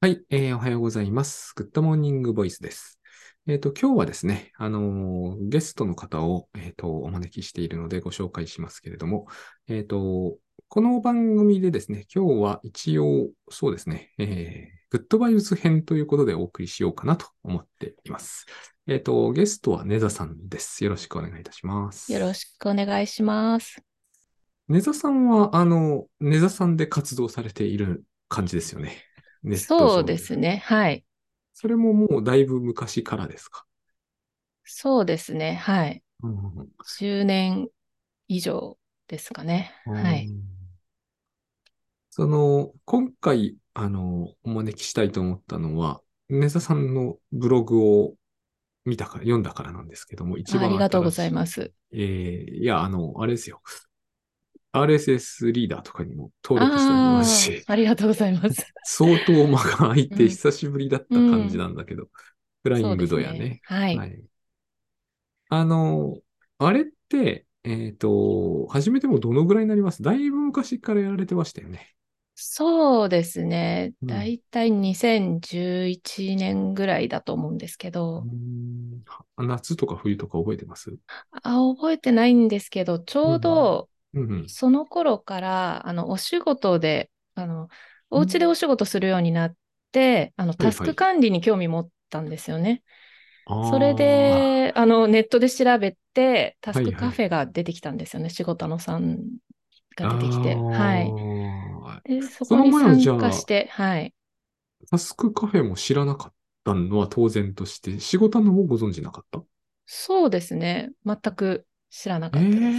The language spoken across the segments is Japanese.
はい、えー、おはようございます。グッドモーニングボイスです。えっ、と、今日はですね、あのーゲストの方を、えっ、と、お招きしているのでご紹介しますけれども、えっ、と、この番組でですね、今日は一応、そうですね、えー、グッドバイブス編ということでお送りしようかなと思っています。えっ、と、ゲストはネザさんです。よろしくお願いいたします。よろしくお願いします。ネザさんは、あの、ネザさんで活動されている感じですよね。ネット上そうですね。はい。それももうだいぶ昔からですか。そうですね。はい。うんうん10年以上ですかね。うんはい。。その、今回、あの、お招きしたいと思ったのは、ネザさんのブログを見たから、読んだからなんですけども、一あ番りがとうござい新します。えーいや、あの、あれですよ。RSS リーダーとかにも登録しておりますし、あーありがとうございます。相当間が空いてうん久しぶりだった感じなんだけど、フ ライそンうでグすドやね。。はい。はい。あの、あれって、えっ、と、始めてもどのぐらいになりますだいぶ昔からやられてましたよね。そうですね。うんだいたい2011年ぐらいだと思うんですけど、夏とか冬とか覚えてますあ、覚えてないんですけど、ちょうどうんうん。その頃から、あの、お仕事で、あの、お家でお仕事するようになって、あの、タスはいはいク管理に興味持ったんですよね。あーそれ、で、あの、ネットで調べて、タスはいクはいカフェが出てきたんですよね。仕事のさんが出てきて。あーはい。で、そそこのに前はじゃあ参加して、はい。タスクカフェも知らなかったのは当然として、仕事のもご存知なかったそうですね。全く知らなかえっえたです。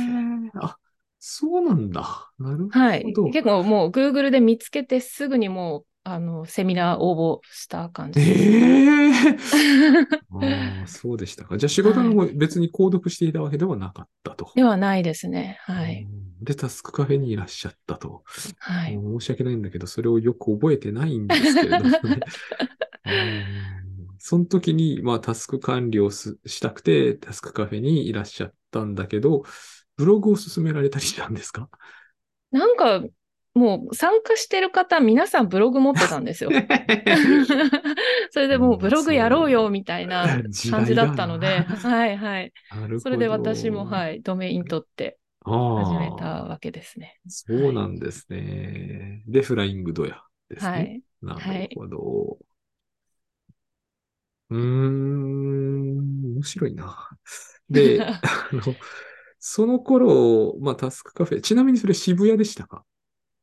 あ、そうなんだ。なるほど。はい。結構もう Google で見つけてすぐにもう、あの、セミナー応募した感じです。 ええああ、そうでしたか。じゃあ仕事の方、別に購読していたわけではなかったと。ではないですね。はい。うんで、タスクカフェにいらっしゃったと。はい。もう申し訳ないんだけど、それをよく覚えてないんですけれどもね。 うんその時に、まあ、タスク管理をすしたくて、タスクカフェにいらっしゃったんだけど、ブログを勧められたりしたんですかなんか、もう参加してる方、皆さんブログ持ってたんですよ。 それでもうブログやろうよみたいな感じだったので、時代だはいはい。なるほど。それで私も、はいい、ドメイン取ってああ始めたわけですね。そうなんですね。で、フライングドヤですね。はい。なはいるほど。うーん、面白い な。で、あの、その頃、まあ、タスクカフェ、ちなみにそれ渋谷でしたか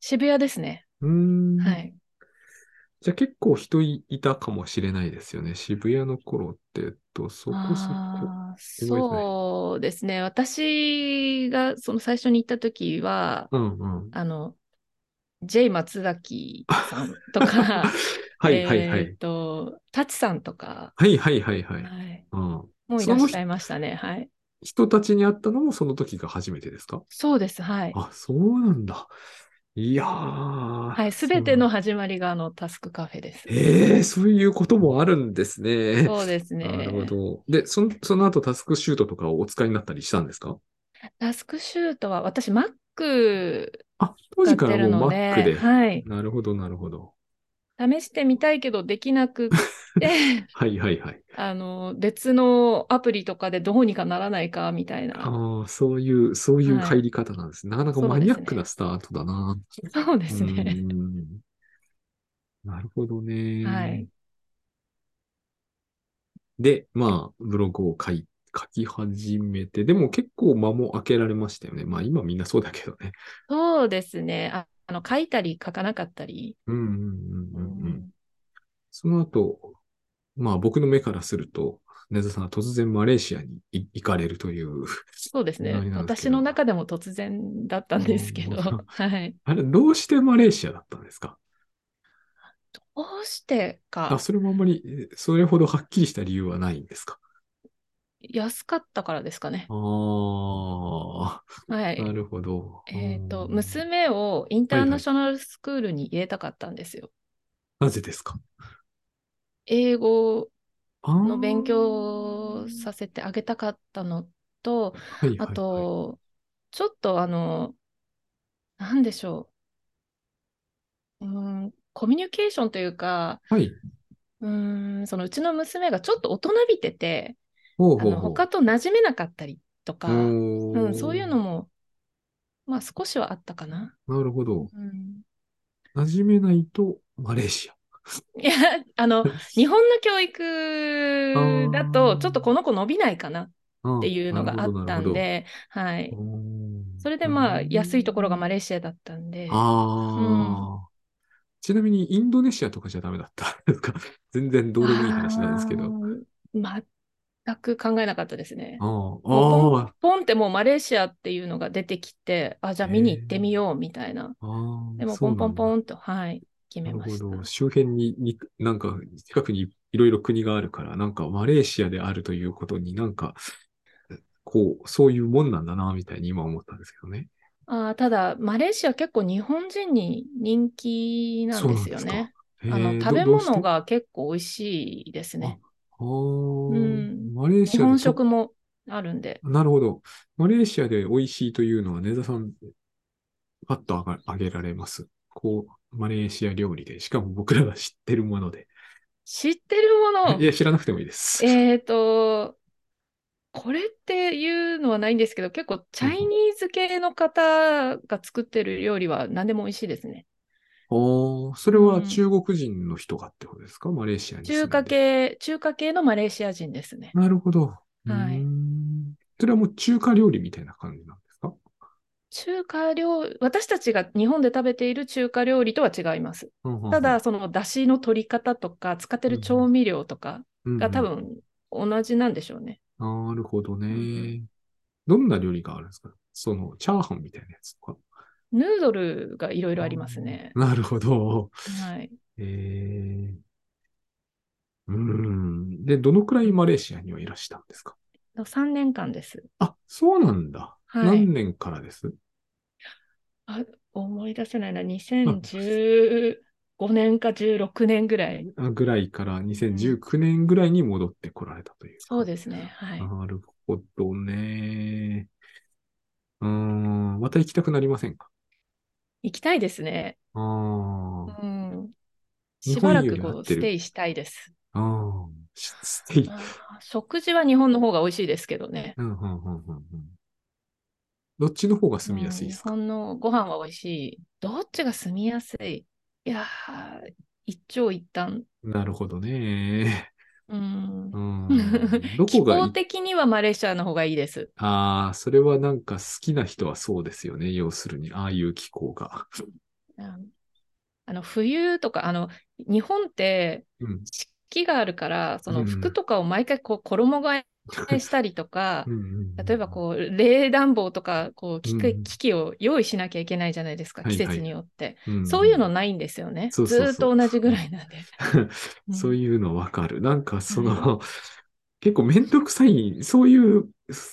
渋谷ですね。うーん。はい。じゃあ結構人いたかもしれないですよね。渋谷の頃って、えっと、そこそこ。ああ、そうですね。私がその最初に行った時は、うんうん。あの、J 松崎さんとか、はいはいはえいっ。と、タチさんとか、はいはいはいは。はいい、うん。もういらっしゃいましたね。はい。人たちに会ったのもその時が初めてですかそうです。はい。あ、そうなんだ。いやー。はい、すべての始まりがあのタスクカフェです。ええそういうこともあるんですね。そうですね。なるほど。で、その、その後タスクシュートとかをお使いになったりしたんですかタスクシュートは私 Mac あ、当が時から出るものうで、 Mac で。はい、なるほど、なるほど。試してみたいけどできなく てはいはいはい。あの別のアプリとかでどうにかならないかみたいな。ああ、そういう、そういうはい入り方なんですね。なかなかマニアックなスタートだな。そうですね。うーんなるほどね。はい。で、まあ、ブログを書い、書き始めて、でも結構間も空けられましたよね。まあ今みんなそうだけどね。そうですね。ああの書いたり書かなかったり。うんうんうんうんうん。その後、まあ僕の目からすると、根津さんは突然マレーシアにい行かれるという。 そうですねなり。なんですけど私の中でも突然だったんですけど。うん はい。あれ、どうしてマレーシアだったんですかどうしてかあ、それもあんまり、えそれほどはっきりした理由はないんですか安かったからですかね。あはあ、い。なるほど。えっ、と、うん娘をインターナショナルスクールに入れたかったんですよ。なぜですか英語のの勉強をさせてあげたかったのと、はいはいあ、と、ちょっとあの、なんでしょう。うーん、コミュニケーションというか、はい。うーん、そのうちの娘がちょっと大人びてて、ほうあほうのほう。他と馴染めなかったりとか、うん、うんそういうのも、まあ少しはあったかな。なるほど。うん、馴染めないと、マレーシア。いや、あの、日本の教育だあと、ーちょっとこの子伸びないかなっっていうのがあったん。で、はないる。ほどなるほどそれでまあ、安いところがマレーシレーシアだったんでア。、ああ。ちなみに、インドネシアとかじゃダメだった。 とか、全然どうでもいい話なんですけど。あー。全く考えなかったですね。あもあ。ああ。ポンってもうマレーシアっていうのが出てきて、あ、じゃあ見に行ってみようみたいな。ああでもポンポンンポンと、はい、決なめるまほした。ど。周辺にに、なんか、近くにいろいろ国があるから、なんか、マレーシアであるということになんか、こう、そういうもんなんだな、みたいに今思ったんですけどね。あーただ、マレーシア結構日本人に人気なんですよそうなんでね。へえあのど食べどうして物が結構美味しいですね。ああ、んマレーシ日アで本ちょ食もあるんで。なるほど。マレーシアで美味しいというのは、根田さん、パッとあが挙げられます。こう、マレーシア料理で、しかも僕らが知ってるもので。知ってるものい、や、知らなくてもいいです。えっ、と、これっていうのはないんですけど、結構チャイニーズ系の方が作ってる料理は何でも美味しいですね。おーそれは中国人の人がってことですか、マレーシアに住中んで華。系、中華系のマレーシア人ですね。なるほど。はいーうんそれはもう中華料理みたいな感じなんですか中華料私たちが日本で食べている中華料理とは違います。ただ、、その出汁の取り方とか、使ってる調味料とかが多分分同じなんでしょうね。なるほどね。うんどんな料理があるんですかその、チャーハンみたいなやつとか。ヌードルがいろいいろありますね。なるほど。はい。えー、うーん。で、どのくらいマレーシアにはいらしたんですか3年間です。あ、そうなんだ。はい。何年からですあ思い出せないな、2015年か16年ぐらい。あぐらいから2019年ぐらいに戻ってこられたという。そうですね。はい。なるほどね。うーん。また行きたくなりませんか行きたいですね。あーうん。日し本よばらりくこ合っうてるステイしたいです。あー。しステイあー食事は日本の方が美味しいですけどね。うんうんうんうんうんどっちの方が住みやすいうんで日すか、本のご飯は美味しい。どっちが住みやすいいやー、一長一短。なるほどね。うんう。 ん。ど気こが候い、的にはマレーシアの方がいいです。ああ、それはなんか好きな人はそうですよね。要するに、ああいう気候が。うんあの冬とか、あの、日本ってうん。四季があるから、そうんの服とかを毎回こう衣替えしたりとかう、んうんうん例えばこう冷暖房とかこう機う械ん機器を用意しなきゃいけないじゃないですか、はい季はい節によって。うん、そういうのないんですよね。ずそうそうそうーっと同じぐらいなんで。 そういうのわかる。なんかそはの、 結構めんどくさい、そういう、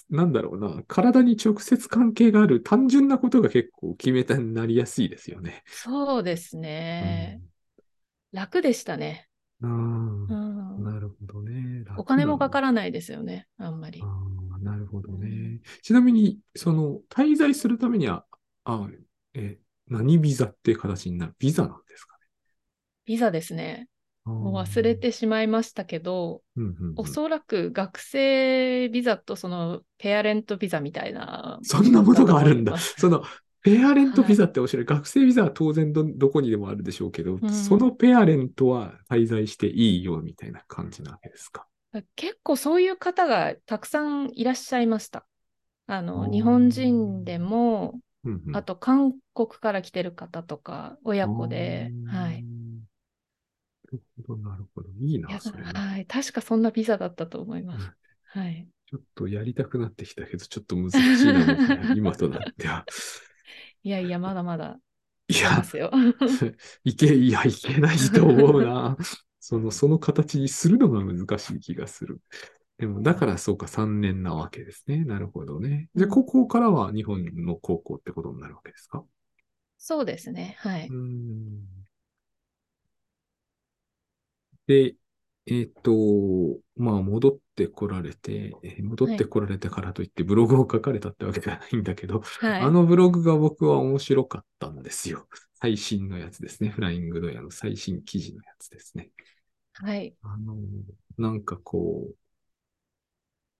なんだろうな、体に直接関係がある単純なことが結構決め手になりやすいですよね。そうですね。楽でしたね。うん。うあーんなるほどね。お金もかるからないですよね、あんまり。ああ、なるほどうねん。ちなみに、その、滞在するためには、あ、え、何ビザっていう形になるビザなんですかね。ビザですね。もうあー忘れ、てしまいましたけど、うんうんうんおそらく学生ビザとそのペアレントビザみたいな。そんなものがあるんだ。 だと思いますその、ペアレントビザっておっしゃる、学生ビザは当然ど、どこにでもあるでしょうけど、うんそのペアレントは滞在していいよみたいな感じなわけですか。結構そういう方がたくさんいらっしゃいました。ああの、ー日本人でも、うんうんあと韓国から来てる方とか、親子で、あーはい。なるほど、なるほど。いいいやな、それは。はい、確かそんなビザだったと思います。はい。ちょっとやりたくなってきたけど、ちょっと難しいな、みたいな今となっては。いやいや、まだまだいいやま、すよ。いけ、いや、いけないと思うな。その、その形にするのが難しい気がする。でも、だからそうか、3年なわけですね。なるほどね。で、うん高校からは日本の高校ってことになるわけですか。そうですね。はいうん。で、えっと、まあ、戻ってこられて、えー戻ってこられてからといってブログを書かれたってわけじゃないんだけど、はい。あのブログが僕は面白かったんですよ。最新のやつですね。フライングドヤの最新記事のやつですね。はい。あの、なんかこう、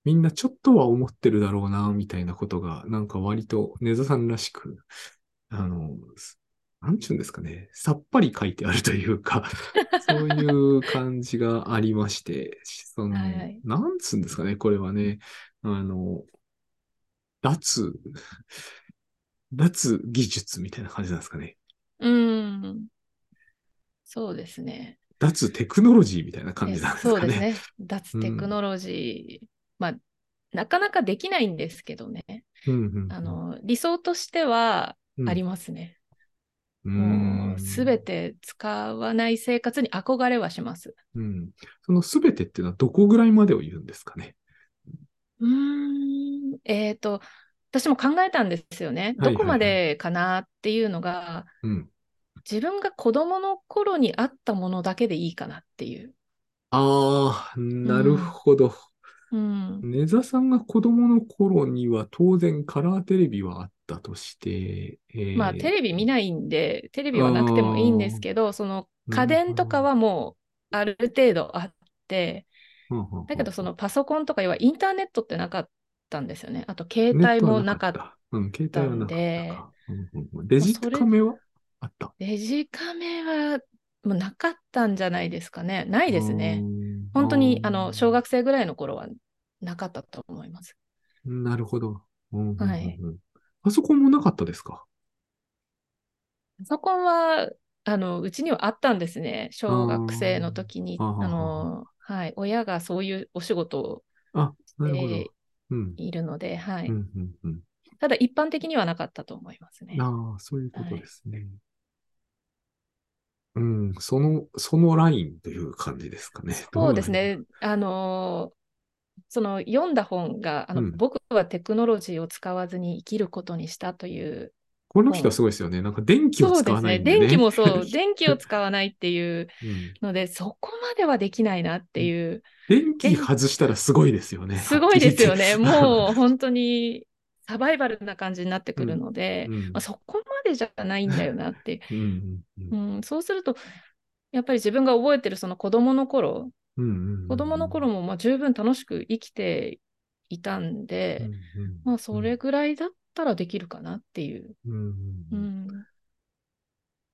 みんなちょっとは思ってるだろうな、みたいなことが、なんか割と根津さんらしく、あの、すなんちゅうんですかね、さっぱり書いてあるという か、そういう感じがありまして、その、はいはいなんつうんですかね、これはね、あの、脱、脱技術みたいな感じなんですかね。うん。そうですね。脱テクノロジーみたいな感じなんですそうかでねす。ね。脱テクノロジー。まあ、なかなかできないんですけどね。うんうんうんあの、理想としてはうんありますね。うもんう、すべて使わない生活に憧れはします。うん。そのすべてっていうのはどこぐらいまでを言うんですかね。うーん。えっと、私も考えたんですよね。はいはいはいどこまでかなっていうのが、うん。自分が子供の頃にあったものだけでいいかなっていう。ああ、なるほど。うん。根座さんが子供の頃には当然カラーテレビはあったとして、えーまあ、テレビ見ないんで、テレビはなくてもいいんですけど、その家電とかはもうある程度あって、うんうんうんだけどそのパソコンとか要はインターネットってなかったんですよね。あと携帯もなかっネットた。はなかった。うん、携帯はなかったか。うんうんうんデでジカメはあった。デジカメはもうなかったんじゃないですかね。ないですね。うん。本当にあの小学学生ぐらいの頃はなかったと思います。なるほど。うんうんうんうんはいパソコンもなかったですかパソコンはあのうちにはあったんですね。小学生の時にああーの、はい、親がそういうお仕事をあ、なるほどして。うん。いるので、はい。うんうんうん。ただ一般的にはなかったと思いますね。ああ、そういうことはいですね。うん、その、そのラインという感じですかね。そうですね。あのーその読んだ本が、あの、うん僕はテクノロジーを使わずに生きることにしたといどう。のライン。この人はすごいですよね。なんか電気をそ使うでわすないね。んで電気もそう う。電気を使わないっていうんので、そこまではできないなっていう。電気外したらすごいですよね。すごいですよね。はもう本当にサバイバルな感じになってくるのっきり で、言って。まあ、そこまでじゃないんだよなって。うんうんうんう。ん、そうすると、やっぱり自分が覚えてるその子供の頃、うんうんうん子供の頃もまあ十分楽しく生きていたんで、うんうんまあそれぐらいだったらできるかなっていう。うんうんううんん。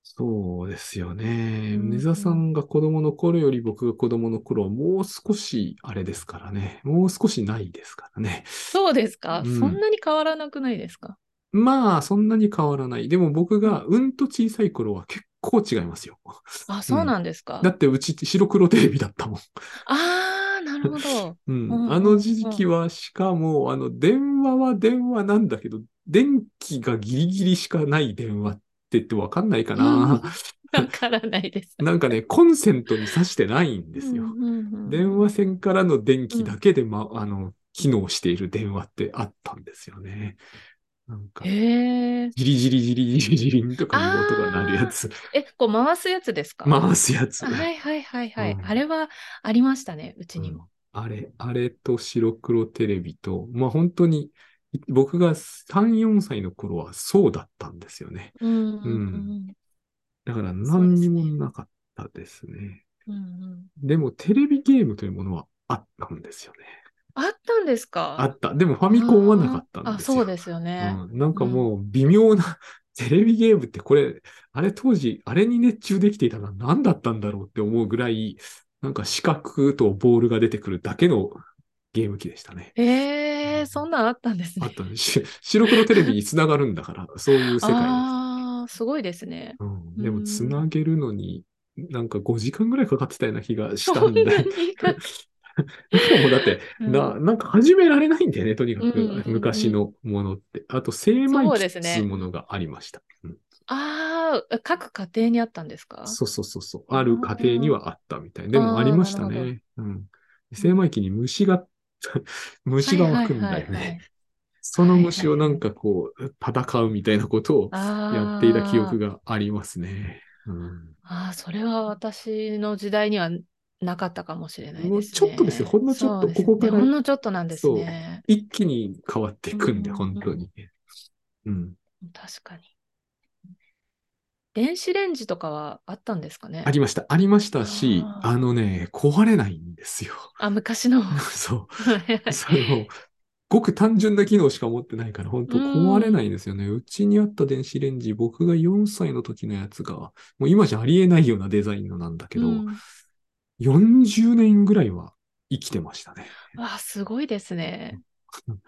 そうですよね。うん根座さんが子供の頃より僕が子供の頃はもう少しあれですからね。もう少しないですからね。そうですか、うんそんなに変わらなくないですかまあ、そんなに変わらない。でも僕がうんと小さい頃は結構違いますよ。あ、そうなんですか、だってうち白黒テレビだったもん。ああ、なる ほど。うん。うんあの時期はしかも、あの、電話は電話なんだけど、電気がギリギリしかない電話って言ってわかんないかな。わからないです。なんかね、コンセントに挿してないんですよ。うんうんうん電話線からの電気だけで、ま、あの、機能している電話ってあったんですよね。なんか、へえ。ジリジリジリジリジリンとかいう音が鳴るやつ。え、こう回すやつですか回すやつ。あはいはいはいはい、うんあれはありましたね、うちにうんも。あれ、あれと白黒テレビと、まあ本当に、い僕が3、4歳の頃はそうだったんですよね。うんうんだからそう何ですにねもなかったですね。うんうんでもテレビゲームというものはあったんですよね。あったんですかあった。でもファミコンはなかったんですよ。あーあそうですよね。うんなんかもう微妙な、テレビゲームってこれ、あれ当時、あれに熱中できていたのは何だったんだろうって思うぐらい、なんか四角とボールが出てくるだけのゲーム機でしたね。ええー、そんなんあったんですね。あったね。し白黒テレビにつながるんだから、そういう世界です。ああ、すごいですね。うん、でも、うんつなげるのに、なんか5時間ぐらいかかってたような気がしたそんんな で。にだからもうだって、うんな、なんか始められないんだよね、とにかうんうんく、うん昔のものって。あと、精米そう機でってすねいうものがありました。うんああ、各家庭にあったんですかそうそうそうそう。ある家庭にはあったみたい。でもあーありましたなるね。うん。精米機に虫が、虫が湧くんだよね。。その虫をなんかこう、戦うみたいなことをややっていた記憶が。がありますね。うんあーあー、それは私の時代にはなかったかもしれないです、ね。もうちょっとですよほんのちょっとそうですねここからほんのちょっとなんですね。一気に変わっていくんで、うん本当に。うん。確かに。電子レンジとかはあったんですかねありました。ありましたし、あーあのね、壊れないんです よ。あ、昔の。そう。はいその、ごく単純な機能しか持ってないから、本当壊れないんですよね。うちにあった電子レンジ、僕が4歳の時のやつが、もう今じゃありえないようなデザインのなんだけど、うん40年ぐらいは生きてましたね。わあ、すごいですねうん。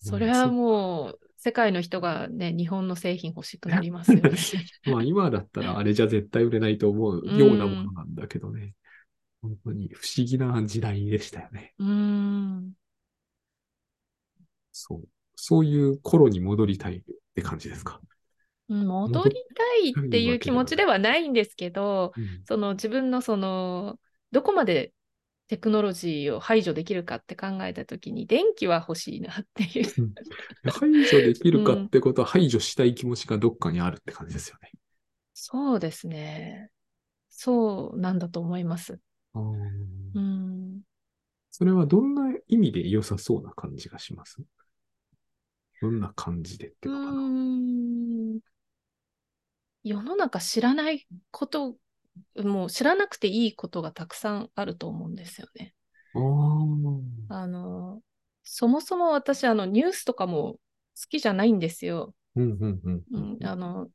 それはもう、世界の人がね、日本の製品欲しくなりますよ ね。まあ今だったらあれじゃ絶対売れないと思うようなものなんだけどね。本当に不思議な時代でしたよね。うーん。そう。そういう頃に戻りたいって感じですか。戻りたいっていう気持ちではないんですけど、うんその自分のその、どこまでテクノロジーを排除できるかって考えたときに、電気は欲しいなっていう。排除できるかってことは排除したい気持ちがどっかにあるって感じですよね。そうですね。そうなんだと思います。あーうん。それはどんな意味で良さそうな感じがしますどんな感じでってういうのかな。ーん世の中知らないこと、もう知らなくていいことがたくさんあると思うんですよね。あーあの、そもそも私、あの、ニュースとかも好きじゃないんですよ。うんうんうんううんん、あの、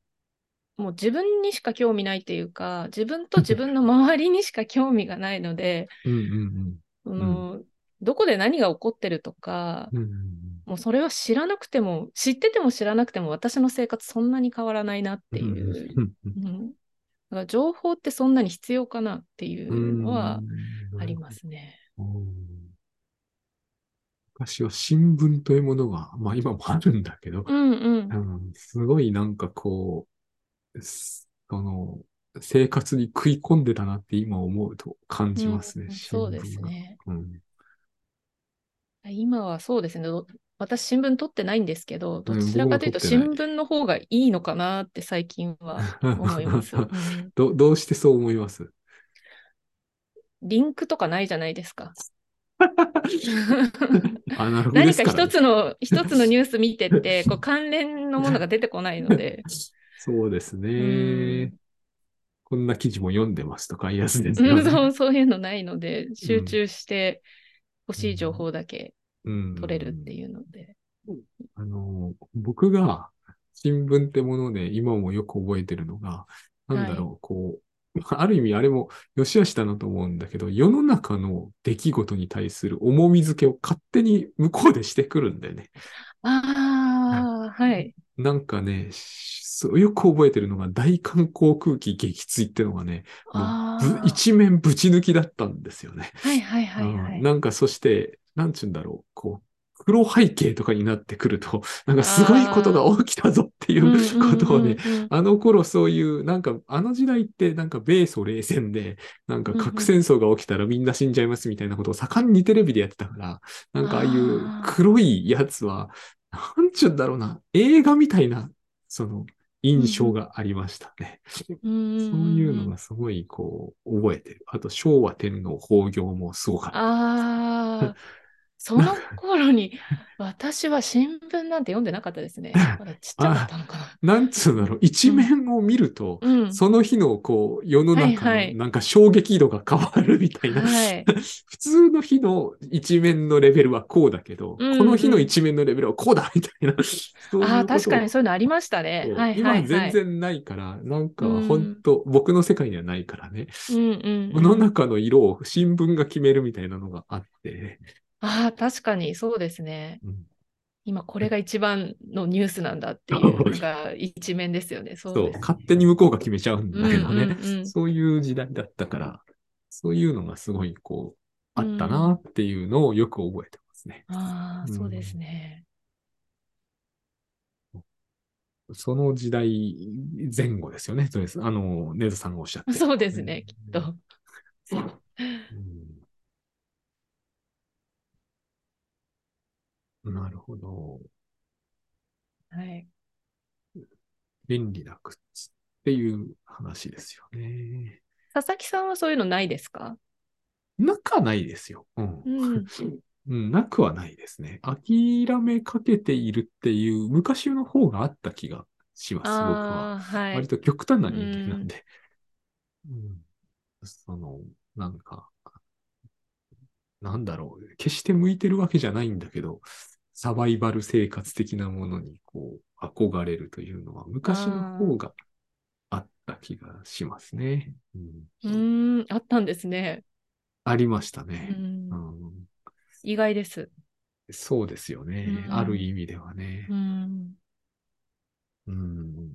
もう自分にしか興味ないっていうか、自分と自分の周りにしか興味がないので、うんうんあのどこで何が起こってるとか、うんうんうんもうそれは知らなくても、知ってても知らなくても私の生活そんなに変わらないなっていう。うんうんうん、だから情報ってそんなに必要かなっていううんのはありますね。うん昔は新聞というものが、まあ今もあるんだけど、うんうんう。ん、すごいなんかこう、すその、生活に食い込んでたなって今思うと感じますね。うん新聞そがうです。ね。うん。今はそうですね。ど私、新聞取ってないんですけど、どちらかというと、僕も新取って聞の方がいいのかなって最近は思 います。うんどどうしてそう思いますリンクとかないじゃないで すか。アナログで何すかから、ね。一つの、一つのニュース見てて、こう関連のものが出てこないので。そうですね、うんこんな記事も読んでますとかいうやつですようんね。そうそういうのないので、集中して欲しい情報だけうん取れるっていうので。あの、僕が新聞ってもので今もよく覚えてるのが、なんだろう、こう、 まあある意味あれも良し悪しだなと思うんだけど、世の中の出来事に対する重み付けを勝手に向こうでしてくるんだよね。ああ、はい。なんかね、そうよく覚えてるのが大観光空気撃墜ってのがね、もうあぶあ、一面ぶち抜きだったんですよね。はいはいはいはういん。なんかそして、なんちゅうんだろう、こう、黒背景とかになってくると、 なんかすごいことが起きたぞっていうんうことをね、うんうんうんあの頃そういう、なんかあの時代ってなんか米ソ冷戦で、なんか核戦争が起きたらみんな死んじゃいますみたいなことを盛んにテレビでやってたから、なんかああいうあー黒いやつは、なんちゅうんだろうな、映画みたいな、その印象がありましたね。うんそういうのがすごいこう覚えてる。あと昭和天皇崩御もすごかった。 ああ、その頃に私は新聞なんて読んでなかったですね。まだちっちゃかった のかな。なんつうんだろう、一面を見ると、うん。その日のこう世の中はいはのいなんか衝撃度が変わるみたいな、はい。 普通の日の一面のレベルはこうだけど、うんうんこの日の一面のレベルはこうだみたいな。そういうああ、ことを確かにそういうのありましたね。はい今はいは全い。然ないから、なんか本当、僕の世界にはないからね、うんう世んうのん。中の色を新聞が決めるみたいなのがあって、ああ、確かにそうですね。うん今これが一番のニュースなんだって いそううのが一面ですよね。そうそうです。勝手に向こうが決めちゃうんだけどね、うんうんうんそういう時代だったから、そういうのがすごいこう、あったなっていうのをよく覚えてますね。ああ、うんそうですね。その時代前後ですよね。そうです。あの、ネズさんがおっしゃって。そうですね、きっと。うんなるほど。はい。便利な靴っていう話ですよね。佐々木さんはそういうのないですかなくはないですよ。うん うん。うん、なくはないですね。諦めかけているっていう、昔の方があった気がします、僕は。ああ、は割い。と極端な人間なんで。うんその、なんか、なんだろう。決して向いてるわけじゃないんだけど、サバイバル生活的なものにこう憧れるというのは昔の方があった気がしますね。ううん、ーん、あったんですね。ありましたうね、んう、ん意外です。そうですよね、うんある意味ではね。うん。うん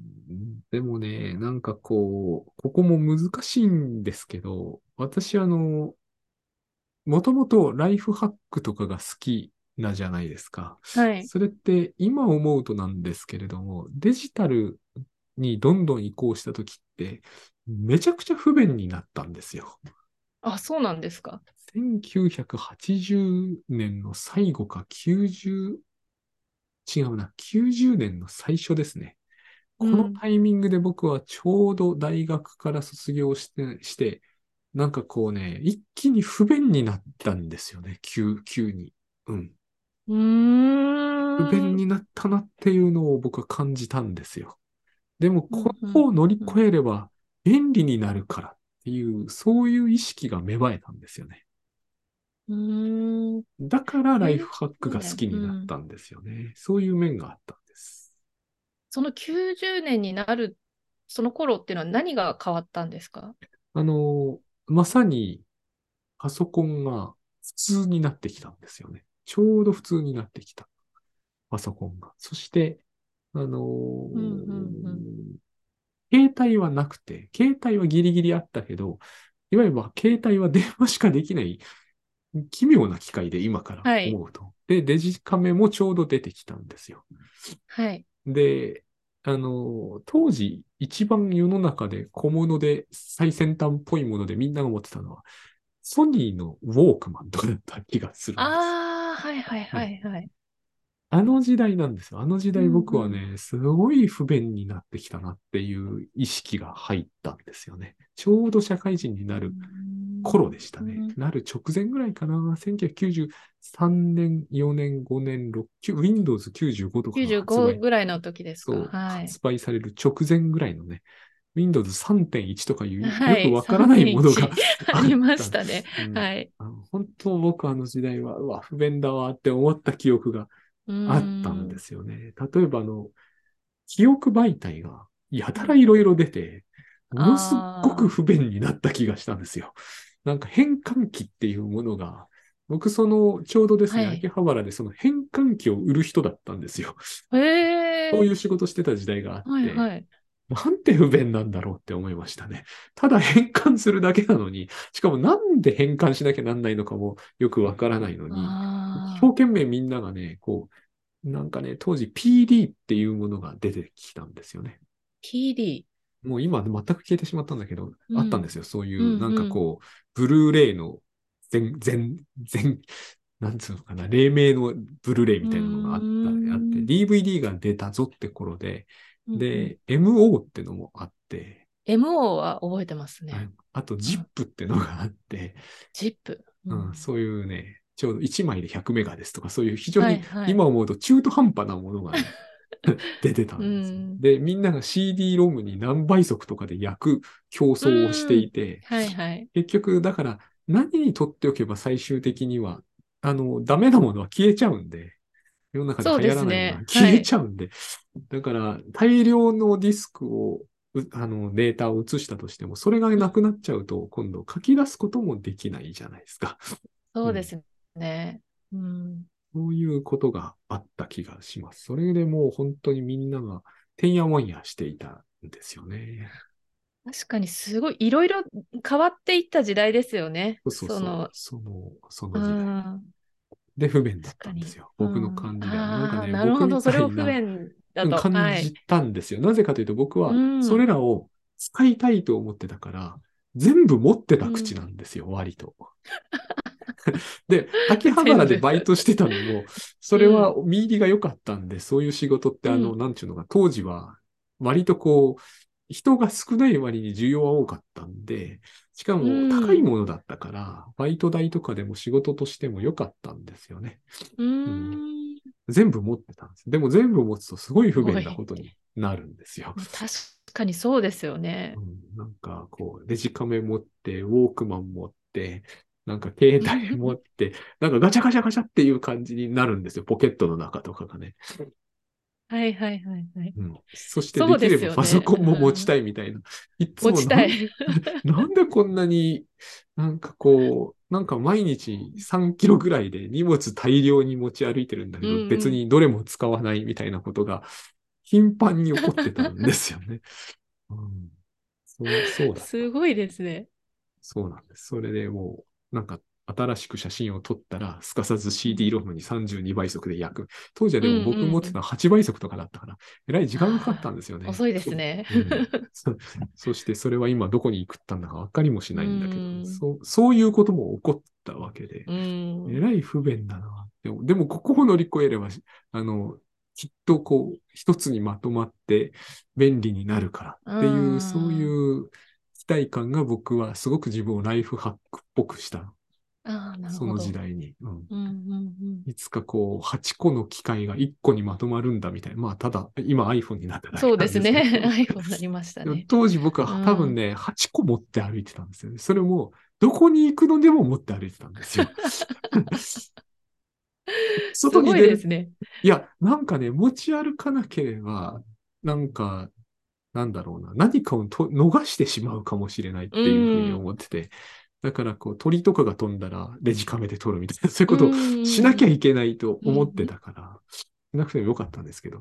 でもね、なんかこう、ここも難しいんですけど、私あの、もともとライフハックとかが好きなじゃないですか。はい。それって今思うとなんですけれども、デジタルにどんどん移行した時って、めちゃくちゃ不便になったんですよ。あ、そうなんですか。 1980年の最後か90、違うな、90年の最初ですね。こうのんタイミングで僕はちょうど大学から卒業して、してなんかこうね、一気に不便になったんですよね、急、急に。うん。うーん。不便になったなっていうのを僕は感じたんですよ。でも、うんうんここを乗り越えれば便利になるからっていう、そういう意識が芽生えたんですよね。うーん。だからライフハックが好きになったんですよね。そういう面があったんです。その90年になる、その頃っていうのは何が変わったんですかあの、まさにパソコンが普通になってきたんですよね。ちょうど普通になってきた。パソコンが。そして、あのーうんうんう携帯はなくて、携帯はギリギリあったけど、いわゆる携帯は電話しかできない奇妙な機械で今から思うと。で、デジカメもちょうど出てきたんですよ。はい。で、あの、当時一番世の中で小物で最先端っぽいものでみんなが持ってたのは、ソニーのウォークマンとかだった気がするんです。ああ、はいはいはいはい。あの時代なんですよ。あの時代僕はうね、すごい不便になってきたなっていう意識が入ったんですよね。ちょうど社会人になる頃でしたうねん。なる直前ぐらいかな。1993年、4年、5年、6、9 Windows95 とかの発売95ぐらいの時ですそう、か。はい。発売される直前ぐらいのね、Windows 3.1とかいう、はいよくわからないものがありましたね。うんはい。。あの本当僕あの時代は、うわ、不便だわって思った記憶があったんですすよね。例えばあの、記憶媒体がやたらいろいろ出て、ものすっごく不便になった気がしたんですよ。なんか変換器っていうものが、僕その、ちょうどですね、はい秋葉原でその変換器を売る人だったんですよ。へえ。そういう仕事してた時代があって、はいはい。なんて不便なんだろうって思いましたね。ただ変換するだけなのに、しかもなんで変換しなきゃなんないのかもよくわからないのに、あ一ー生懸命みんながね、こう、なんかね、当時 PD っていうものが出てきたんですよね。 PD。もう今全く消えてしまったんだけど、うんあったんですよ。そういうんうう、んなんかこう、ブルーレイの全、全、全、なんつうのかな、黎明のブルーレイみたいなのがあったうーんあって、DVD が出たぞって頃で、うんで、MO ってのもあって、うん、MO は覚えてますはい。ねあと ZIP ってのがあって、 ZIP。うん、そういうね、ちょうど1枚で100メガですとか、そういう非常はにいはい今思うと中途半端なものがね、 出てたんですよ、うんで、みんなが CD ロムに何倍速とかで焼く競争をしていて、はいはい。結局、だから何に取っておけば最終的には、あの、ダメなものは消えちゃうんで、世の中で流行らないものそうはですね消えちゃうんで、だから大量のディスクを、うあの、データを移したとしても、それがなくなっちゃうと、今度書き出すこともできないじゃないですか。そうですね。うん。そういうことがあった気がします。それでもう本当にみんながてんやわんやしていたんですよね。確かにすごいいろいろ変わっていった時代ですよね。そうそうそう。そのの、そのう時代。ん、で不便だったんですよ。僕の感じでは。うんなんかね、あーなるほど、僕そみれたいを不な便だと。は感いじ。たんですよ。なぜかというと僕はうんそれらを使いたいと思ってたから、全部持ってた口なんですよ、割と。 で、秋葉原でバイトしてたのも、それは見入りが良かったんで、そういう仕事って、あの、うなんちゅうのか、当時は割とこう、人が少ない割に需要は多かったんで、しかうんも高いものだったから、バイト代とかでも仕事としても良かったんですよね。うーん。全部持ってたんです。でも全部持つとすごい不便なことになるんですよ。確かにそうですよねう。ん、なんかこう、デジカメ持って、ウォークマン持って、なんか携帯持 って、なんかガチャガチャガチャっていう感じになるんですよ。ポケットの中とかがね。はいはいはいはい。うん、そしてそうでできすれよばパねソコンも持ちたいみたいな。いつも持ちたい。 なんでこんなに、なんかこう、なんか毎日3キロぐらいで荷物大量に持ち歩いてるんだけど、うんうん別にどれも使わないみたいなことが頻繁に起こってたんですよね。 うん、そうそうだ すごいですね。そうなんです。それでもう、なんか新しく写真を撮ったら、すかさず CD ロムに32倍速で焼く。当時はでも僕うんうんうん持ってたの8倍速とかだったから、えらい時間かかったんですよね。遅いですね。うんそ そしてそれは今どこに行ったんだか分かりもしないんだけど、うんそうそういうことも起こったわけで、うん。えらい不便だなでも。でもここを乗り越えれば、あの、きっとこう、一つにまとまって便利になるからっていう、うんそういう期待感が僕はすごく自分をライフハックっぽくした、ああ、なるそほのど。時代に。うんうんうんいつかこう、8個の機械が1個にまとまるんだみたいな。まあ、ただ、今 iPhone になっただうん。けそうですね。なんけど iPhone になりましたでもね。当時僕うはん多分ね、8個持って歩いてたんですよね。それも、どこに行くのでも持って歩いてたん ですよ。す外にごい出でる。すね。いや、なんかね、持ち歩かなければ、なんか、なんだろうな、何かをと逃してしまうかもしれないっていうふうに思ってて、だからこう、鳥とかが飛んだら、デジカメで撮るみたいな、そういうことをしなきゃいいけないと思ってたから、しなくてもよかったんですけど、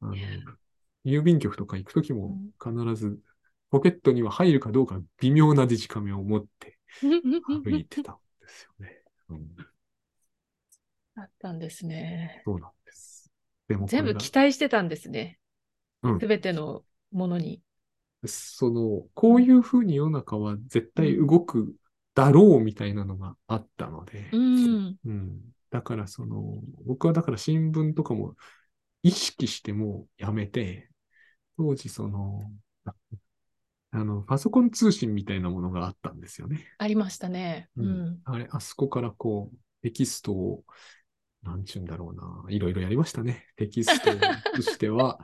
あのいや郵便局とか行くときも必ずポケットには入るかどうか微妙なデジカメを持って歩いてたんですよ ね。うん、あったんですね。そうなんです。でもこれ全が部期待してたんですねうん。すべてのものに。その、こういうふうに世の中は絶対動くだろうみたいなのがあったので、うん。うん。だからその、僕はだから新聞とかも意識してもうやめて、当時その、あの、パソコン通信みたいなものがあったんですよね。ありましたね。ううんん。あれ、あそこからこう、テキストを、なんちゅうんだろうな、いろいろやりましたね。テキストとして は、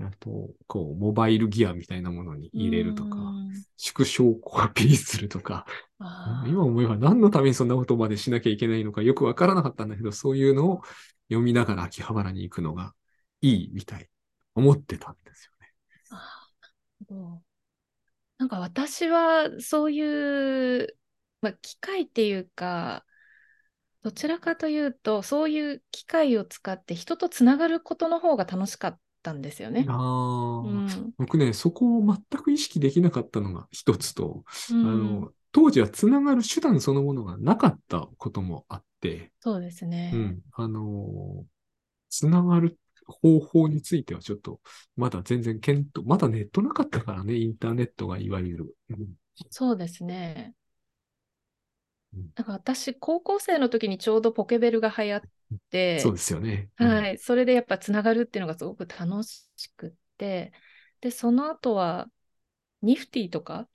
あと、こう、モバイルギアみたいなものに入れるとうか、ん。縮小コピーするとか、あー今思えば何のためにそんなことまでしなきゃいけないのかよくわからなかったんだけど、そういうのを読みながら秋葉原に行くのがいいみたい、思ってたんですよね。あーなるほどなんか私はそういう、まあ、機械っていうか、どちらかというと、そういう機械を使って人とつながることの方が楽しかったんですよね。あうーん、僕ね、そこを全く意識できなかったのが一つと、うんあの、当時はつながる手段そのものがなかったこともあって、そうですね。うん、あのーつながる方法についてはちょっと、まだ全然検討、まだネットなかったからね、インターネットがいわゆる。うんそうですねうん。なんか私、高校生の時にちょうどポケベルが流行って そう、ですよね。うんはい、それでやっぱつながるっていうのがすごく楽しくって、で、その後は、ニフティとか、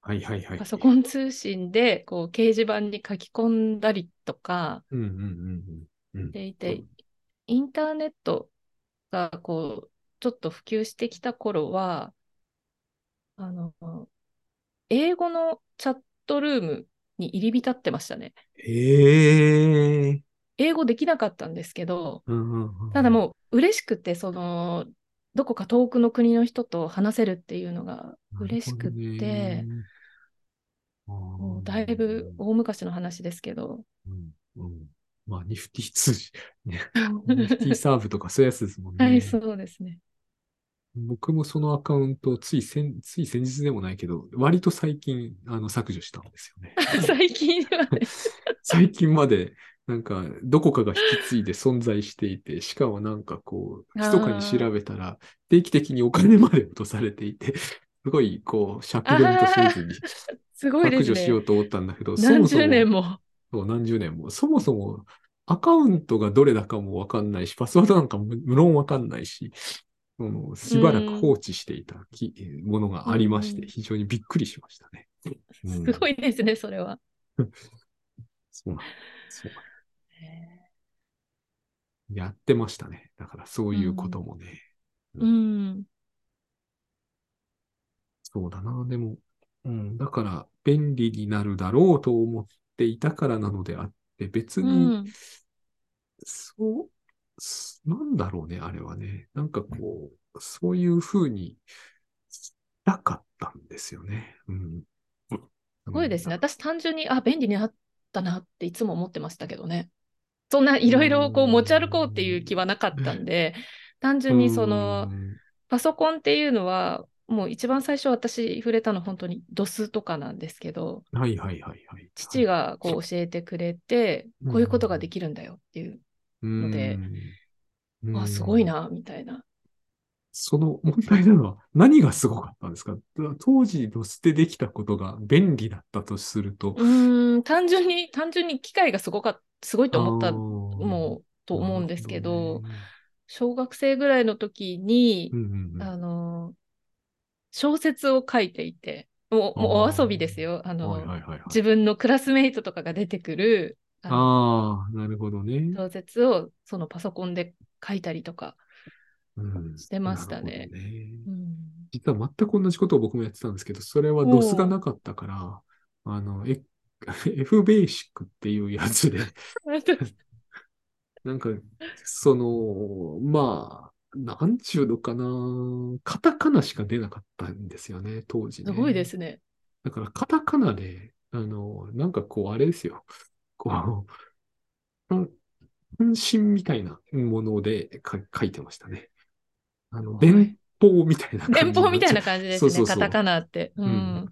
はいはいはい。パソコン通信で、こう、掲示板に書き込んだりとかうんうんうんうん。うんでいそてう、インターネットが、こう、ちょっと普及してきた頃は、あの、英語のチャットルームに入り浸ってましたね。へえ。英語できなかったんですけど、うんうんうんただもう嬉しくて、その、どこか遠くの国の人と話せるっていうのが嬉しくっなてる、ほどね、もうだいぶ大昔の話ですけど、うんうんまあ、ニフティ通信、ニフティサーブとかそういうやつですもんね。はい、そうですね。 僕もそのアカウントをつい先、つい先日でもないけど、割と最近、あの、削除したんですよね。最近はね、最近まで、なんか、どこかが引き継いで存在していて、しかもなんかこう、あー密かに調べたら、定期的にお金まで落とされていて、 すごい、こう、釈然とせずにすごいで削除すしよね。うと思ったんだけど、そ何もそも十、年も。そう何十年も、そもそも、アカウントがどれだかもわかんないし、パスワードなんかも無論わかんないし、そのしばらく放置していたきものがありましうて、ん非常にびっくりしましたね。うんすごいですね、それは。そうなんですそうなんですへやってましたね。だからそういうこともね。うん。そうだな。でも、うん、だから便利になるだろうと思っていたからなのであって、別うに、ん。そう、すなんだろうね、あれはね。なんかこう、そういうふうにしたかったんですよね。うん。すすごいですね。。私、単純に、あ、便利になったなっていつも思ってましたけどね。そんないろいろこう持ち歩こうっていう気はなかったんで、単純にその、うんパソコンっていうのは、もう一番最初私触れたの本当にドスとかなんですけど、はいはいはいはい。父がこう教えてくれて、うんこういうことができるんだよっていう、ので、うんあ、すごい。な、みたいな。その問題なのは何がすごかったんですか 当時の捨てできたことが便利だったとすると、うーん、単純に、単純に機械がすごかすごいと思った、もう、もう、と思うんですけど、なる小学生ぐらいの時にほ、どね、うんうんうんあの、小説を書いていて、もう、もうお遊びですよ。あの、はいはいはいはい自分のクラスメイトとかが出てくる、あのああ、なるほどね。小説をそのパソコンで書いたりとか。うんしてましたね。なるほどね うん、実は全く同じことを僕もやってたんですけど、それはドスがなかったから、あの、え F ベーシックっていうやつで、なんか、その、まあ、なんちゅうのかな、カタカナしか出なかったんですよね、当時、。すごいです すね。だから、カタカナで、あの、なんかこう、あれですよ。こう、うん分身みたいなものでか書いてましたね。あの、電報みたいな感じ連になっちゃう。邦みたいな感じですそうね。そうそうカタカナって。ううんん。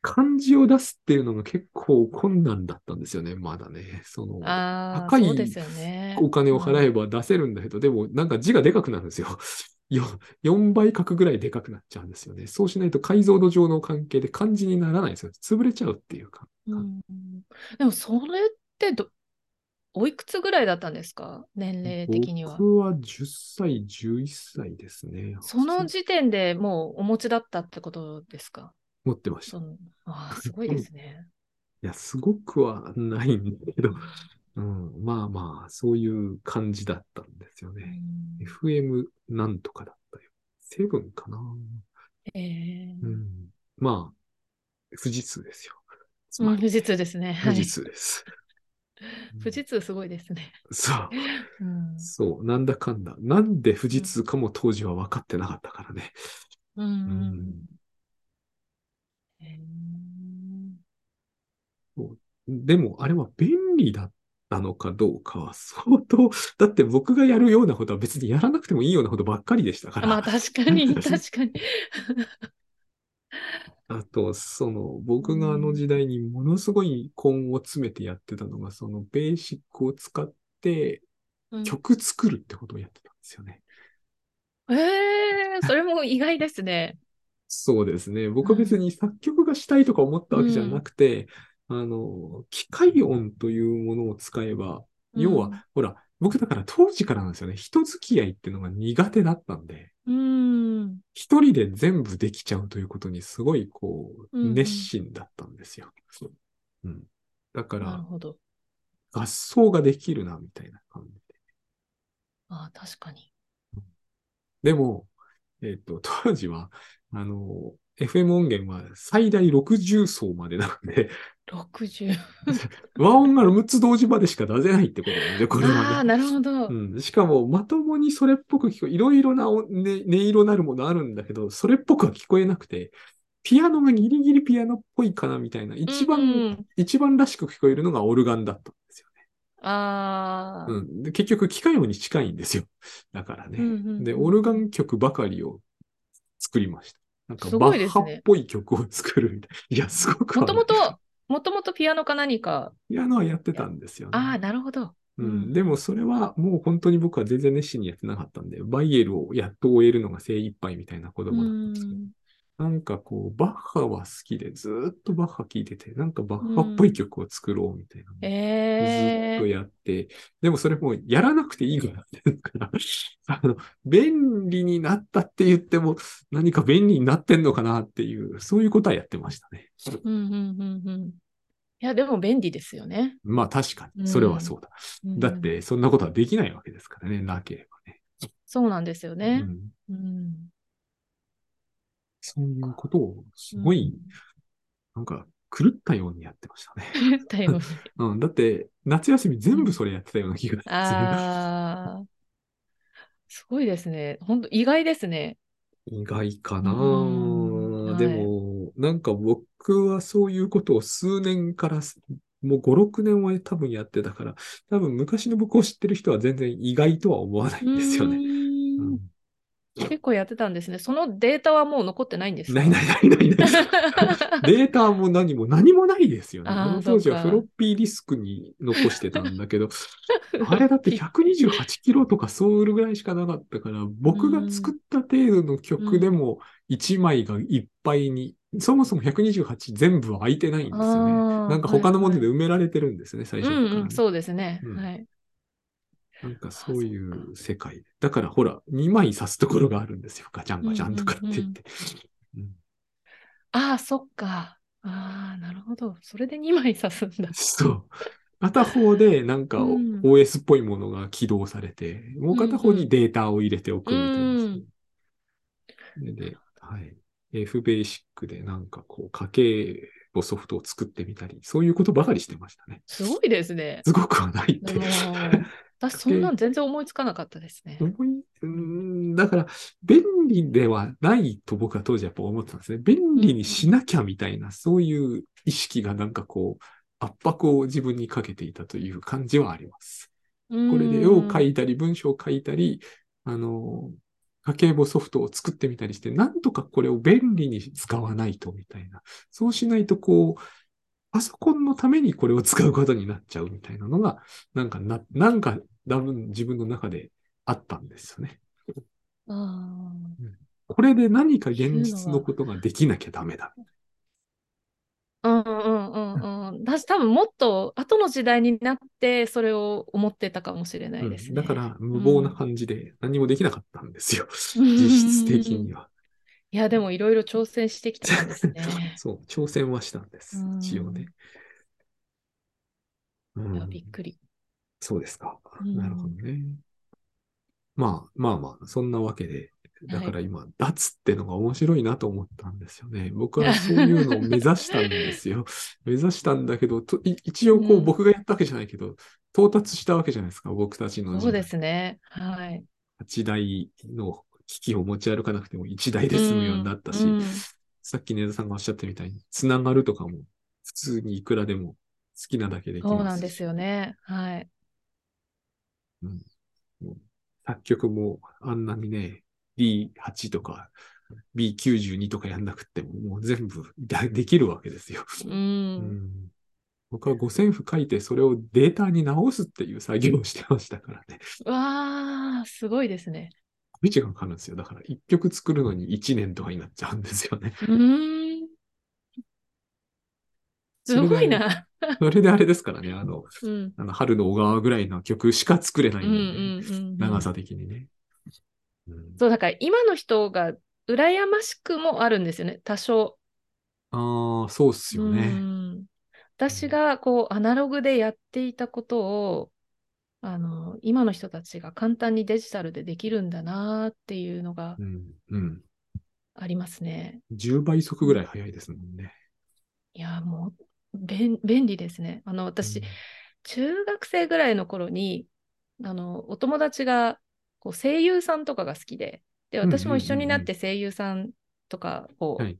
漢字を出すっていうのが結構困難だったんですよね、まだね。その、ああ、高いそうですよね。お金を払えば出せるんだけど、でもなんか字がでかくなるんですよ。 よ4倍角ぐらいでかくなっちゃうんですよね。そうしないと解像度上の関係で漢字にならないんですよ。潰れちゃうっていうか。うん、でも、それってど、おいくつぐらいだったんですか年齢的には。僕は10歳、11歳ですね。その時点でもうお持ちだったってことですか持ってました。いそのああ、すごいですね。や、すごくはないんだけど、 うん、まあまあ、そういう感じだったんですようね。ん FM なんとかだったよ。セブンかな。ええうん、まあ、富士通ですよ。つうまんり富士通ですね。はい富士通です。 富士通すごいですね。そう、うんそう、なんだかんだ。なんで富士通かも当時は分かってなかったからね。うんうんううんんへーでも、あれは便利だったのかどうかは相当、だって僕がやるようなことは別にやらなくてもいいようなことばっかりでしたから。まあ確か に、確かに。あと、その、僕があの時代にものすごい根を詰めてやってたのが、そのベーシックを使ってうん曲作るってことをやってたんですよね。ええそれも意外ですね。そうですね。僕は別に作曲がしたいとか思ったわけじゃなくて、あの、機械音というものを使えば、要は、ほら、僕だから当時からなんですよね。人付き合いっていうのが苦手だったんで、うん、うん。一人で全部できちゃうということにすごい、こう、うんうん熱心だったんですよ。うん。だかなるら、ほど。合奏ができるな、みたいな感じで。ああ、確かに。でも、えっと、当時は、あの、FM 音源は最大60層までなので、 60。和音が6つ同時までしか出せないってことなんで、これあはあ、ね。なるほど。うん、しかも、まともにそれっぽく聞こえ、いろいろな音、ね、音色なるものあるんだけど、それっぽくは聞こえなくて、ピアノがギリギリピアノっぽいかなみたいな、一番、うん一番らしく聞こえるのがオルガンだったんですよね。ああ、うん、で結局、機械音に近いんですよ。だからね。うんうんうんで、オルガン曲ばかりを作りました。なんか、すバごいッですハねっぽい曲を作るみたい。いや、すごくあもるともと、もともとピアノか何か。ピアノはやってたんですよね。ああ、なるほど。ううんん、でもそれはもう本当に僕は全然熱心にやってなかったんで、バイエルをやっと終えるのが精一杯みたいな子う供だったんですけど、ん。なんかこう、バッハは好きで、ずーっとバッハ聴いてて、なんかバッハっぽい曲を作ろうみたいな。ずっええとやって、でもそれもうやらなくていいからっていうから、 あの、便利になったって言っても、何か便利になってんのかなっていう、そういうことはやってましたね。うんうんうんうん。いや、でも便利ですよね。まあ確かうに、んそれはそうだ。うんだっ。て、そんなことはできないわけですからね、なければね。そうなんですよねう。んうん。そういうことを、すごい、なんか、狂ったようにやってましたね。 うん。だよねうん、だって、夏休み全部それやってたような気がする。ああ。すごいですね。本当意外ですね。意外かな、うんでも、なんか僕はそういうことを数年から、もう5、6年は多分やってたから、多分昔の僕を知ってる人は全然意外とは思わないんですよね。うーん結構やってたんですね。そのデータはもう残ってないんでうすんかないない ないないない。データも何も何もないですよね。あーあの当時はそうフかロッピーディスクに残してたんだけど、あれだ って128キロとかそういうぐらいしかなかったから、僕が作った程度の曲でも1枚がいっぱいに、そもそも128全部は空いてないんですよね。ななんか他のもので埋められてるんですね、最初からね、うんうん、そうですね。うんはい。なんかそういう世界で。だからほら、2枚刺すところがあるんですよ。ガチャンガチャンとかって言って。うんああ、そっか。ああ、なるほど。それで2枚刺すん だ。そう。片方でなんかうん OS っぽいものが起動されて、もう片方うんうにんデータを入れておくみたいなですね。で、はい。F ベーシックでなんかこう家計簿ソフトを作ってみたり、そういうことばかりしてましたね。すごいですね。すごくはないっでて も。私、そんなん全然思いつかなかったですね。思い、うーん、だから、便利ではないと僕は当時やっぱ思ってたんですね。便利にしなきゃみたいな、そういう意識がなんかこう、圧迫を自分にかけていたという感じはあります。これで絵を描いいたり、文章を書いたり、あの、家計簿ソフトを作ってみたりして、なんとかこれを便利に使わないとみたいな。そうしないと、こう、パソコンのためにこれを使うことになっちゃうみたいなのが、なんかな、なんか多分自分の中であったんですよね。あーこれで何か現実のことができなきゃダメだ。うんうんうん うん。私多分もっと後の時代になってそれを思ってたかもしれないですうんね。だから、無謀な感じで何もできなかったんですよ。実質的には。。いや、でもいろいろ挑戦してきたんですね そう、挑戦はしたんですう。ん一応ね。ういやんび、っくり。そうですか。うんなるほどね。まあまあまあ、そんなわけで、だから今、脱ってのが面白いなと思ったんですよ ね。僕はそういうのを目指したんですよ。目指したんだけど、とい一応こううん僕がやったわけじゃないけど、到達したわけじゃないですか、僕たちの時代そうですね。はい。 8台の機器を持ち歩かなくても1台で済むようになったし、うんうんさっき根田さんがおっしゃったみたいに、つながるとかも普通にいくらでも好きなだけできますし。そうなんですよね。はい。作曲もあんなにね、B8 とか B92 とかやんなくっても、もう全部だできるわけですよ。う。うんん僕は五線譜書いて、それをデータに直すっていう作業をしてましたからね。わあ、すごいですね。 1時間かかるんですよ。だから1曲作るのに1年とかになっちゃうんですよね。うーん。すごいな。それであれですからね、あの、うん。あの春の小川ぐらいの曲しか作れなうんいうんんでね、うん。長さ的にね。うんそう、だから今の人が羨ましくもあるんですよね、多少。ああ、そうっすようね。ん私がこうアナログでやっていたことをあの今の人たちが簡単にデジタルでできるんだなっていうのがうん。うん。ありますね。 10倍速ぐらい早いですもんね。いやもう便便利ですね。あの私、中学生ぐらいの頃にあのお友達がこう声優さんとかが好きででんうんうんうん私も一緒になって声優さんとかをはい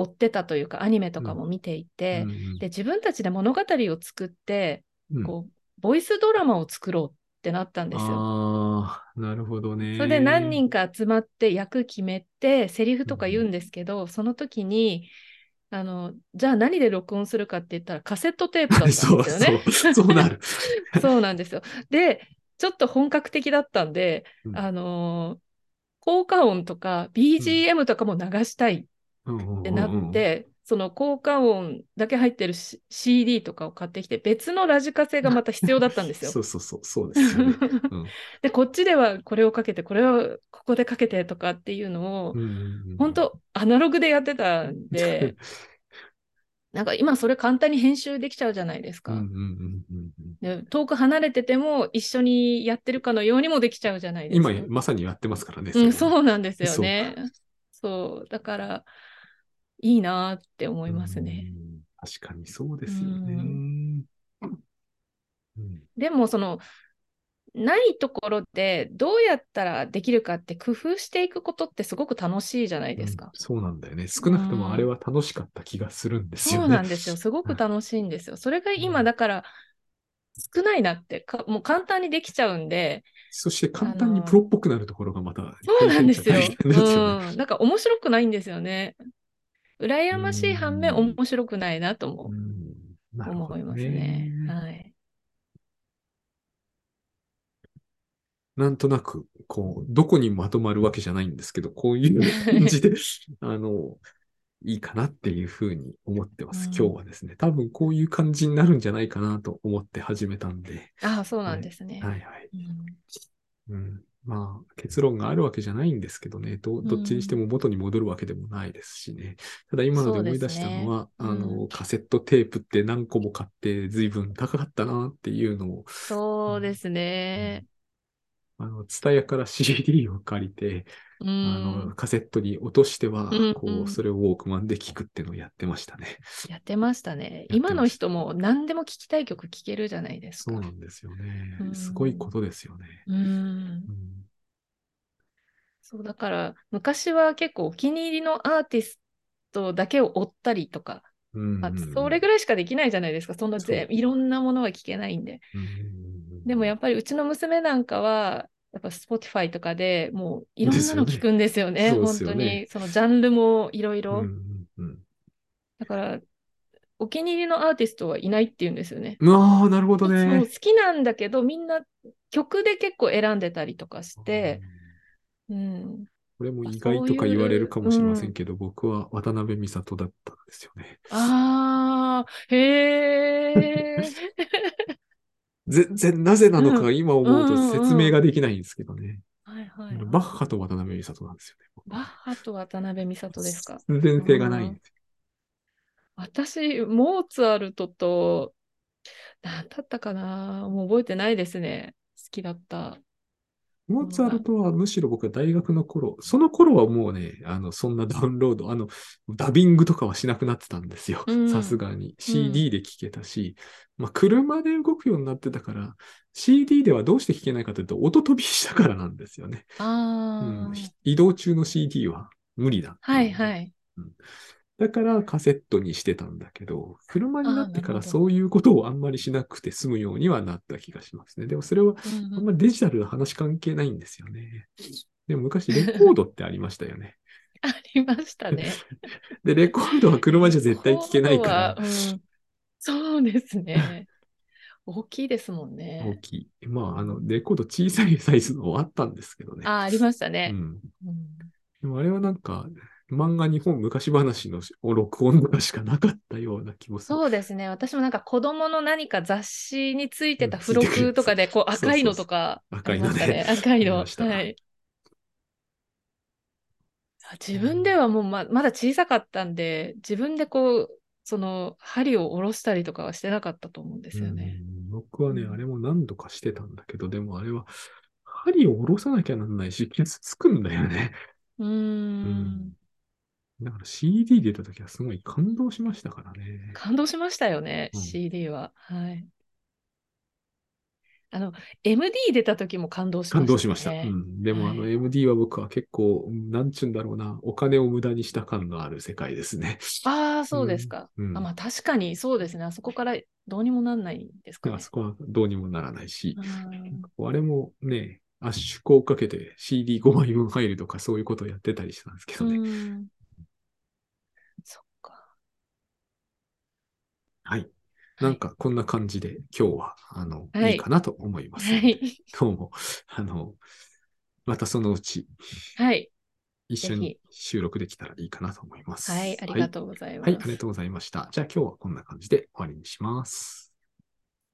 追ってたというか、アニメとかも見ていて、うんうんで自分たちで物語を作ってうんこうボイスドラマを作ろうってなったんですよ。ああ、なるほどね。それで何人か集まって役決めてセリフとか言うんですけど、その時にあのじゃあ何で録音するかって言ったらカセットテープだったんです よそねう。そう、そうな る。そうなんですよ。で、ちょっと本格的だったんで、うんあのー効果音とか BGM とかも流したいっっててなって、その効果音だけ入ってるし CD とかを買ってきて、別のラジカセがまた必要だった んですよそ。うそうそう、そうですよ ね。で、こっちではこれをかけて、これをここでかけてとかっていうのを、うん 本当アナログでやってたんで、なんか今それ簡単に編集できちゃうじゃないですうか。んうんうんうんうんで遠く離れてても一緒にやってるかのようにもできちゃうじゃないですか。今まさにやってますからね。うん、れねそうなんですよね。そうだからいいなって思いますね。うん。確かにそうですよね。ううんでもそのないところでどうやったらできるかって工夫していくことってすごく楽しいじゃないですうんか。そうなんだよね。少なくとうもんあれは楽しかった気がするんですよね。そうなんですよ。すごく楽しいんですよ。それがう今んだから少ないなってかもう簡単にできちゃうんでそして簡単にプロっぽくなるところがまたそうなんですよ。大変ですよね。うん、なんか面白くないんですよね。羨ましい反面うん面白くないなともうんなるほど思いますね。はい。なんとなく、こう、どこにまとまるわけじゃないんですけど、こういう感じ で、あの、いいかなっていうふうに思ってます。うん今日はですね、多分こういう感じになるんじゃないかなと思って始めたんで、ああ、そうなんですね。はいはい。ううんん、まあ、結論があるわけじゃないんですけどね、どどっちにしても元に戻るわけでもないですしね。ただ今ので思い出したのは、そうあですねの、うんカセットテープって何個も買って随分高かったなっていうのを、そうですね。あの、ツタヤから CD を借りて、うん。あの、カセットに落としてはうん、うこんう、それをウォークマンで聞くっていうのをやってましたね。やってましたね。やってました今の人も何でも聴きたい曲聴けるじゃないですそうか。なんですよねう。んすごいことですよね。うんう。んそうだから昔は結構お気に入りのアーティストだけを追ったりとか、うんまあうんうんそれぐらいしかできないじゃないですか。そんなぜそういろんなものは聴けないんで。うんうんうんでもやっぱりうちの娘なんかは、やっぱ Spotify とかでもういろんなの聞くんですよでね。すよねそう本です当よにね。そのジャンルもいろいろ。うんうんだから、お気に入りのアーティストはいないって言うんですよね。うん。ああ、なるほどそうね好。きなんだけど、みんな曲で結構選んでたりとかしてう、ん、うん、これもあ意外とそかういう言われるかもしれませんけど、僕は渡辺美里だったんですよね。あー、 へー全然なぜなのうか今思ううんとうんうん説明ができないんですけどね。はいはいはいバッハと渡辺美里なんですよね僕バッは。ハと渡辺美里ですか。必然性がないんですよ。私、モーツァルトと、何だったかなもう覚えてないですね。好きだった。モーツァルトはむしろ僕は大学の頃、その頃はもうね、あの、そんなダウンロード、あの、ダビングとかはしなくなってたんですようん。さすがに。CD で聴けたし、まあ、車で動くようになってたから、CD ではどうして聴けないかというと、音飛びしたからなんですよね。あうんー、移動中の CD は無理だったのはで。いはい。だからカセットにしてたんだけど、車になってかあーなるほらどそういうことをあんまりしなくて済むようにはなった気がしますね。でもそれはうんあうんんまりデジタルの話関係ないんですよね。でも昔レコードってありましたよね。ありました ね。で、レコードは車じゃ絶対聞けないからコードはうんそうですね。大きいですもん大ね。きい。まあ、あの、レコード小さいサイズのはあったんですけどね。あ、ありましたうね。ん。うんでもあれはなんか、漫画日本昔話の録音とかしかなかったような気もする。そうですね。私もなんか子供の何か雑誌についてたうん付録とかで、こうそうそうそう赤いのとかそうありましたね。赤赤いいのねの。ありましたはい。自分ではもうままだ小さかったんで、自分でこう、その針を下ろしたりとかはしてなかったと思うんですよね。うん僕はね、うんあれも何度かしてたんだけど、でもあれは、針を下ろさなきゃなんないし、傷つくんだよね。うーん。だから CD 出た時はすごい感動しましたからね。感動しましたよね、うん CD は。はい。あの、MD 出た時も感動しました、ね。感動しました。うん、でも、はいあの MD は僕は結構、なんちゅうんだろうな、お金を無駄にした感のある世界ですね。ああ、そうですか。うんあまあ確かにそうですね。あそこからどうにもなんないんですかねあ。そこはどうにもならないし、うんあれもね、圧縮をかけて CD5 枚分入るとかそういうことをやってたりしたんですけどね。うんそっか。はい。なんかこんな感じで今日は、あの、はいいいかなと思います。はい。 どうも、あの、またそのうちはい。一緒ぜひに収録できたらいいかなと思います。はい。ありがとうございまはす。い、はいありがとうございました。じゃあ今日はこんな感じで終わりにします。